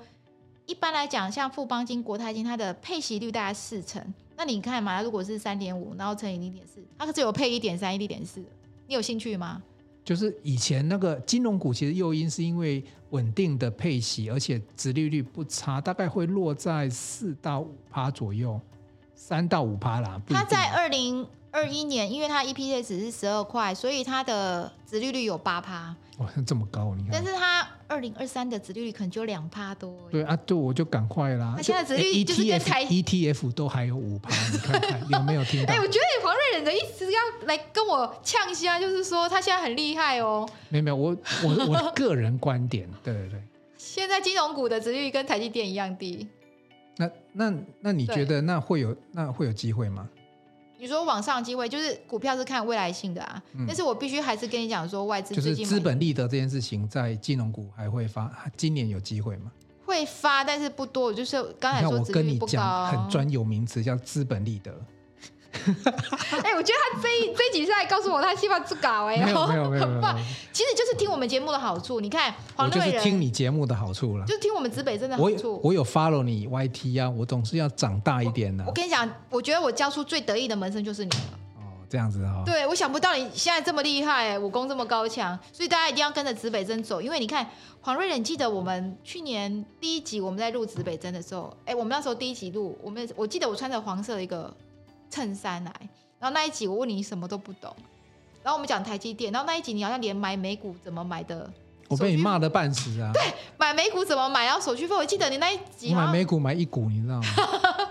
S1: 一般来讲，像富邦金、国泰金，它的配息率大概四成，那你看嘛，它如果是三点五，然后乘以零点四，它只有配一点三、一点四，你有兴趣吗？
S2: 就是以前那个金融股，其实诱因是因为稳定的配息，而且殖利率不差，大概会落在四到五趴左右。三到五趴啦。不一
S1: 它
S2: 定啊
S1: 在二零二一年，因为它 EPS 只是十二块，所以它的殖利率有八趴，
S2: 哇这么高，你看
S1: 但。是它二零二三的殖利率可能就两趴多而已。
S2: 对啊，对，我就赶快啦。
S1: 那现在
S2: 就 E
S1: 殖利率就是跟
S2: ETF
S1: 台
S2: ETF 都还有五趴，你看看有没有听 到
S1: 哎、？我觉得黄瑞仁的意思要来跟我呛一下，就是说他现在很厉害哦。
S2: 没有没有，我我我个人观点，对对对。
S1: 现在金融股的殖利率跟台积电一样低。
S2: 那那那你觉得那会有那会有机会吗？
S1: 你说往上机会，就是股票是看未来性的啊。
S2: 嗯
S1: 但是我必须还是跟你讲说，外资
S2: 就
S1: 最
S2: 是
S1: 近
S2: 资本利得这件事情，在金融股还会发，今年有机会吗？
S1: 会发，但是不多。就是刚
S2: 你
S1: 才
S2: 看
S1: 说
S2: 我
S1: 殖
S2: 跟
S1: 利率
S2: 你
S1: 不高。
S2: 讲很专有名词，叫资本利得。
S1: 哎、我觉得他这一这一集是来告诉我他希望自搞哎、
S2: 没有没有没有没
S1: 很
S2: 有，
S1: 棒
S2: 没有。
S1: 其实就是听我们节目的好处。你看
S2: 我
S1: 黄
S2: 就
S1: 瑞
S2: 是
S1: 仁，
S2: 听你节目的好处了。
S1: 就是听我们指北针的
S2: 我
S1: 好
S2: 有
S1: 处。
S2: 我有 follow 你 YT 啊，我总是要长大一点的、
S1: 我跟你讲，我觉得我教出最得意的门生就是你了。
S2: 哦，这样子哈、哦。
S1: 对，我想不到你现在这么厉害，武功这么高强，所以大家一定要跟着指北针走。因为你看黄瑞仁，你记得我们去年第一集我们在录指北针的时候，哎，我们那时候第一集录，我们我记得我穿着黄色的一个衬衫来，然后那一集我问你什么都不懂，然后我们讲台积电，然后那一集你好像连买美股怎么买的，
S2: 我被你骂的半死啊！
S1: 买美股怎么买，然后手续费，我记得你那一集
S2: 你
S1: 好
S2: 买
S1: 像
S2: 美股买一股，你知道吗？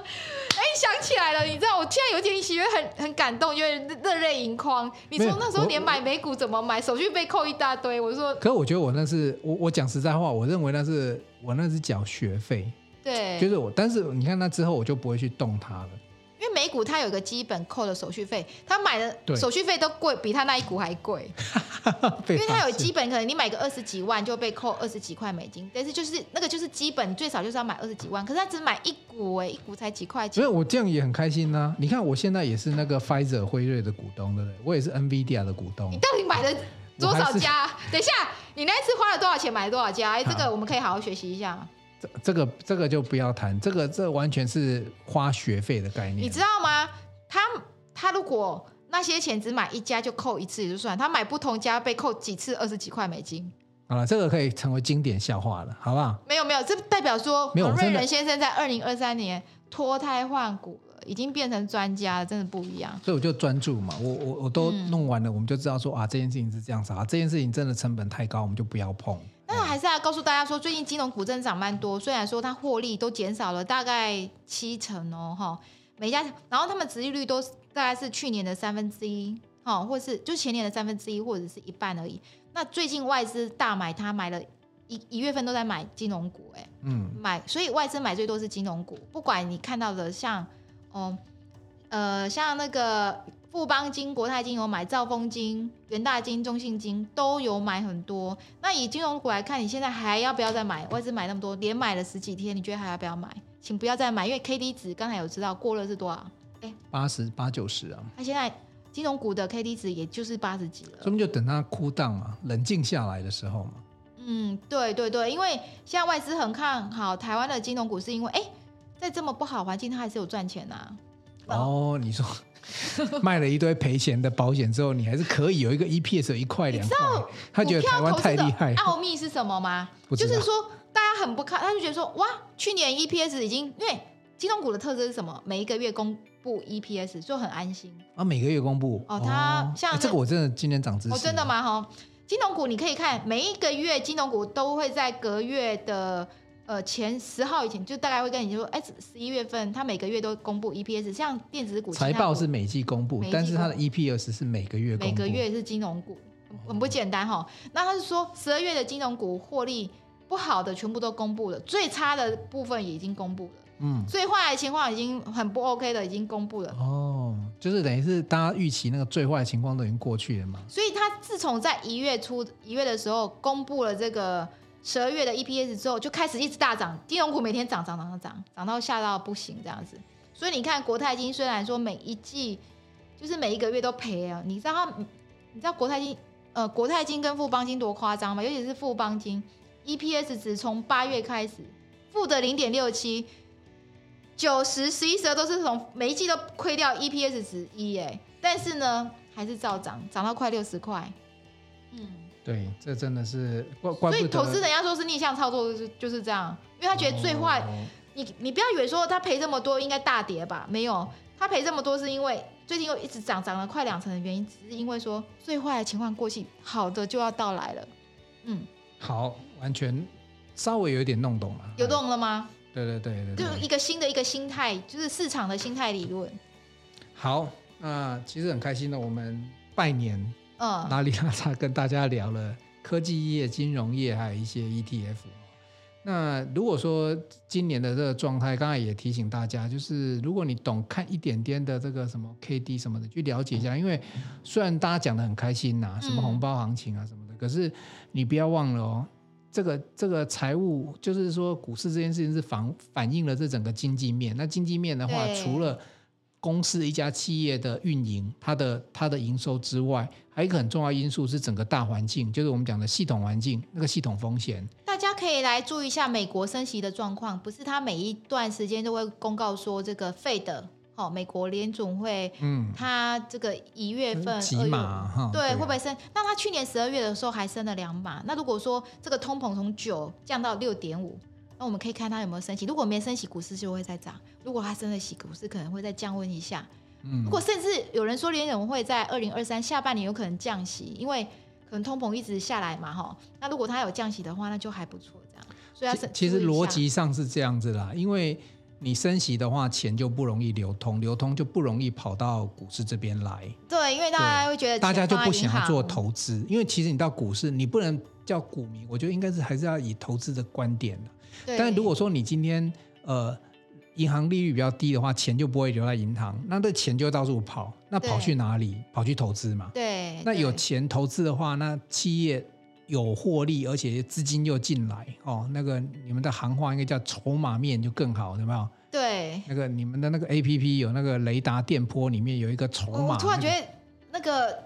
S1: 哎想起来了，你知道我现在有点喜悦，很很感动，因为热泪盈眶。你说
S2: 没有
S1: 那时候
S2: 我
S1: 连买美股怎么买，手续费扣一大堆，我说
S2: 可是我觉得我那是我我讲实在话，我认为那是我那是缴学费，
S1: 对，
S2: 就是我。但是你看那之后，我就不会去动它了。
S1: 因 为美股它有一个基本扣的手续费，它买
S2: 对
S1: 的手续费都贵，比它那一股还 贵，
S2: 因
S1: 因为它有基本，可能你买个二十几万就被扣二十几块美金，但是就是那个就是基本，最少就是要买二十几万，可是它只买一股哎、一股才几块
S2: 所以
S1: 钱，
S2: 我这样也很开心呐、啊你看，我现在也是那个 Pfizer 辉瑞的股东，对不对？我也是 NVIDIA 的股
S1: 你
S2: 东。
S1: 到底买了
S2: 我
S1: 多
S2: 还
S1: 少
S2: 是
S1: 家？等一下，你那一次花了多少钱买了多少家？哎、这
S2: 好
S1: 个我们可以好好学习一下。
S2: 这这个这个就不要谈，这个这完全是花学费的概念。
S1: 你知道吗？他他如果那些钱只买一家就扣一次也就算，他买不同家被扣几次二十几块美金。
S2: 好了，这个可以成为经典笑话了，好不好？
S1: 没有没有，这代表说
S2: 没有
S1: 黄
S2: 我
S1: 瑞
S2: 真的
S1: 仁先生在二零二三年脱胎换骨了，已经变成专家了，真的不一样。
S2: 所以我就专注嘛，我我我都
S1: 嗯
S2: 弄完了，我们就知道说啊，这件事情是这样子啊，这件事情真的成本太高，我们就不要碰。
S1: 但是还是要告诉大家说，最近金融股真的涨蛮多，虽然说它获利都减少了大概七成哦，哈，每一家，然后他们殖利率都大概是去年的三分之一，哈，或是就前年的三分之一或者是一半而已。那最近外资大买，它买了一一月份都在买金融股、哎，
S2: 嗯，
S1: 买，所以外资买最多是金融股，不管你看到的像，哦，呃，像那个富邦金、国泰金有买，兆丰金、元大金、中信金都有买很多。那以金融股来看，你现在还要不要再买？外资买那么多，连买了十几天，你觉得还要不要买？请不要再买，因为 K D 值刚才有知道过热是多少，
S2: 八十八九十啊，
S1: 它现在金融股的 K D 值也就是八十几了
S2: 所以。我们就等它 cool down 嘛，冷静下来的时候嘛。
S1: 嗯，对对对，因为现在外资很看好台湾的金融股，是因为哎，在这么不好环境，它还是有赚钱啊呐、
S2: 哦，你说卖了一堆赔钱的保险之后，你还是可以有一个 EPS 有一块两块，他觉得台湾太厉害？
S1: 股票投资的，奥秘是什么吗
S2: 不知
S1: 就
S2: 道
S1: 是说大家很不看，他就觉得说哇，去年 EPS 已经因为金融股的特色是什么？每一个月公布 EPS 就很安心。
S2: 啊，每个月公布
S1: 哦它像
S2: 哎
S1: 那
S2: 这个我真的今天长知识了，
S1: 哦，真的吗？哈，金融股你可以看每一个月金融股都会在隔月的。呃，前十号以前就大概会跟你说，哎、十一月份它每个月都公布 EPS，像电子股、
S2: 财
S1: 其他
S2: 报
S1: 股
S2: 是每季公布
S1: 每，季
S2: 但是它的 EPS 是每个月公布，
S1: 每个月是金融股，很很不简单哈。那他是说十二月的金融股获利不好的全部都公布了，最差的部分也已经公布了，
S2: 嗯。
S1: 最坏的情况已经很不 OK 的已经公布了。
S2: 哦，就是等于是大家预期那个最坏的情况都已经过去了嘛，
S1: 所以他自从在一月初一月的时候公布了这个十二月的 EPS 之后，就开始一直大涨，金融股每天涨涨涨涨涨，涨到吓到不行这样子。所以你看国泰金虽然说每一季就是每一个月都赔啊，你知道它，你知道国泰金呃国泰金跟富邦金多夸张吗？尤其是富邦金 EPS 值从八月开始负的零点六七。九十、十一、十二都是从每一季都亏掉 E EPS 值一哎，但是呢还是照涨，涨到快六十块。嗯，
S2: 对，这真的是怪怪
S1: 所
S2: 不
S1: 以
S2: 得
S1: 投资人家说是逆向操作，就是就是这样，因为他觉得最坏、
S2: 哦
S1: 你你不要以为说它赔这么多应该大跌吧？没有，它赔这么多是因为最近又一直涨，涨了快两成的原因，只是因为说最坏的情况过去，好的就要到来了。嗯，
S2: 好，完全稍微有一点弄懂了，
S1: 有懂了吗？
S2: 对对对对
S1: 就
S2: 对，
S1: 一个新的一个心态，就是市场的心态理论。
S2: 好，那其实很开心的，我们拜年
S1: 嗯，
S2: 拉里拉扎跟大家聊了科技业、金融业，还有一些 ETF。那如果说今年的这个状态，刚才也提醒大家，就是如果你懂看一点点的这个什么 KD 什么的，去了解一下。因为虽然大家讲的很开心呐、什么红包行情啊什么的，可是你不要忘了哦，这个这个财务就是说股市这件事情是反反映了这整个经济面。那经济面的话，
S1: 对
S2: 除了公司一家企业的运营，它的它的营收之外，还有一个很重要因素是整个大环境，就是我们讲的系统环境，那个系统风险。
S1: 大家可以来注意一下美国升息的状况，不是它每一段时间都会公告说这个 Fed 好、美国联总会
S2: 嗯，
S1: 它这个一月份、
S2: 几
S1: 二月
S2: 码哈？
S1: 对，会不
S2: 啊
S1: 会升？那它去年十二月的时候还升了两码。那如果说这个通膨从九降到六点五，那我们可以看它有没有升息。如果没升息，股市就会再涨；如果它升了息，股市可能会再降温一下。
S2: 嗯
S1: 如果甚至有人说联总会在二零二三下半年有可能降息，因为可能通膨一直下来嘛，哈。那如果它有降息的话，那就还不错，这样。所以它是
S2: 其其实
S1: 注意一
S2: 逻
S1: 下
S2: 辑上是这样子啦，因为你升息的话，钱就不容易流通，流通就不容易跑到股市这边来，
S1: 对，因为大家会觉得
S2: 大
S1: 钱
S2: 家就
S1: 放在
S2: 不
S1: 银
S2: 想要
S1: 行
S2: 做投资，因为其实你到股市，你不能叫股民，我觉得应该是还是要以投资的观点啦
S1: 对
S2: 但如果说你今天呃银行利率比较低的话，钱就不会留在银行，那这钱就到处跑，那跑
S1: 对
S2: 去哪里？跑去投资嘛。
S1: 对
S2: 那有
S1: 对
S2: 钱投资的话，那企业有获利，而且资金又进来哦，那个你们的行话应该叫筹码面就更好，有没有？
S1: 对
S2: 那个你们的那个 A P P 有那个雷达电波里面有一个筹
S1: 哦我
S2: 码，
S1: 我突然觉
S2: 得
S1: 得那个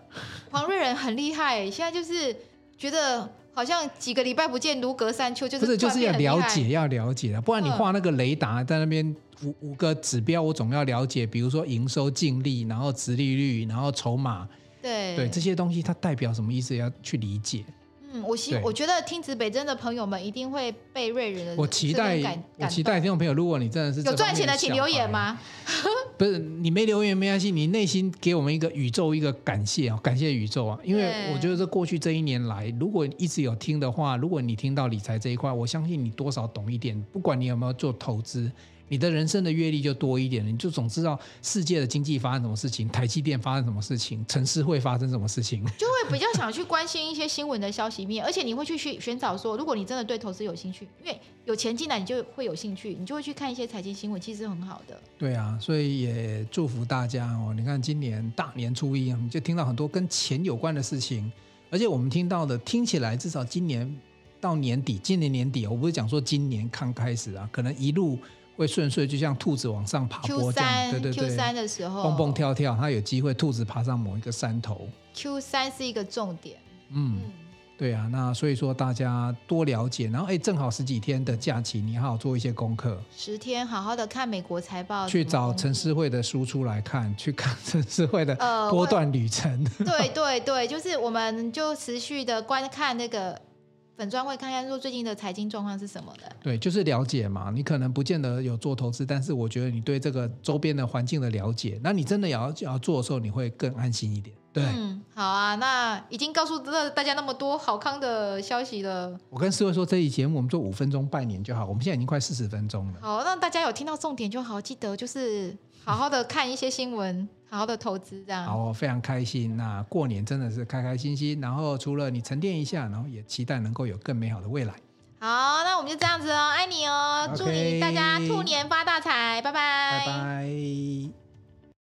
S1: 黄瑞仁很厉害，现在就是觉得好像几个礼拜不见如隔三秋，就是
S2: 不是就
S1: 突然
S2: 是要
S1: 变得很
S2: 了
S1: 厉害嗯
S2: 解，要了解啊，不然你画那个雷达在那边五五个指标，我总要了解，比如说营收、净利，然后殖利率，然后筹码，
S1: 对
S2: 对这些东西它代表什么意思，要去理解。
S1: 嗯，我希
S2: 对
S1: 我觉得听指北真的朋友们一定会被瑞仁的
S2: 我期待
S1: 这种感，
S2: 我
S1: 感
S2: 期待听众朋友，如果你真的是
S1: 有
S2: 这
S1: 赚
S2: 方
S1: 钱
S2: 面
S1: 的请
S2: 小
S1: 留
S2: 孩
S1: 言？吗？
S2: 不是你没留言没关系，你内心给我们一个宇宙一个感谢啊，感谢宇宙啊！因为
S1: 对
S2: 我觉得这过去这一年来，如果一直有听的话，如果你听到理财这一块，我相信你多少懂一点，不管你有没有做投资。你的人生的阅历就多一点了，你就总知道世界的经济发生什么事情，台积电发生什么事情，城市会发生什么事情。
S1: 就会比较想去关心一些新闻的消息面，而且你会去去寻找说，如果你真的对投资有兴趣，因为有钱进来你就会有兴趣，你就会去看一些财经新闻，其实很好的。
S2: 对啊，所以也祝福大家哦。你看，今年大年初一，你就听到很多跟钱有关的事情，而且我们听到的，听起来至少今年到年底，今年年底哦，我不是讲说今年刚开始啊，可能一路会顺遂，就像兔子往上爬
S1: Q
S2: 坡这样，
S1: 三
S2: 对对
S1: Q
S2: 对，
S1: 三的时候，
S2: 蹦蹦跳跳，它有机会兔子爬上某一个山头。
S1: Q 三是一个重点。
S2: 嗯，
S1: 嗯。
S2: 对啊，那所以说大家多了解，然后哎，正好十几天的假期，你好好做一些功课。
S1: 十天好好的看美国财报，
S2: 去找
S1: 陈
S2: 陈
S1: 思。
S2: 思慧的书出来看， 去看陈思慧的
S1: 呃
S2: 波
S1: 我
S2: 段旅程。
S1: 嗯对对对，就是我们就持续的观看那个粉砖会，看看说最近的财经状况是什么的。
S2: 对，就是了解嘛。你可能不见得有做投资，但是我觉得你对这个周边的环境的了解，那你真的也要要做的时候，你会更安心一点。对、
S1: 嗯，好啊，那已经告诉大大家那么多好康的消息了。
S2: 我跟思慧说，这一节目我们做五分钟拜年就好，我们现在已经快四十分钟了。
S1: 好，让大家有听到重点就好，记得就是好好的看一些新闻，好好的投资这样。
S2: 好，我非常开心。那过年真的是开开心心，然后除了你沉淀一下，然后也期待能够有更美好的未来。
S1: 好那我们就这样子哦，爱你哦
S2: OK
S1: 祝你大家兔年发大财，拜
S2: 拜拜。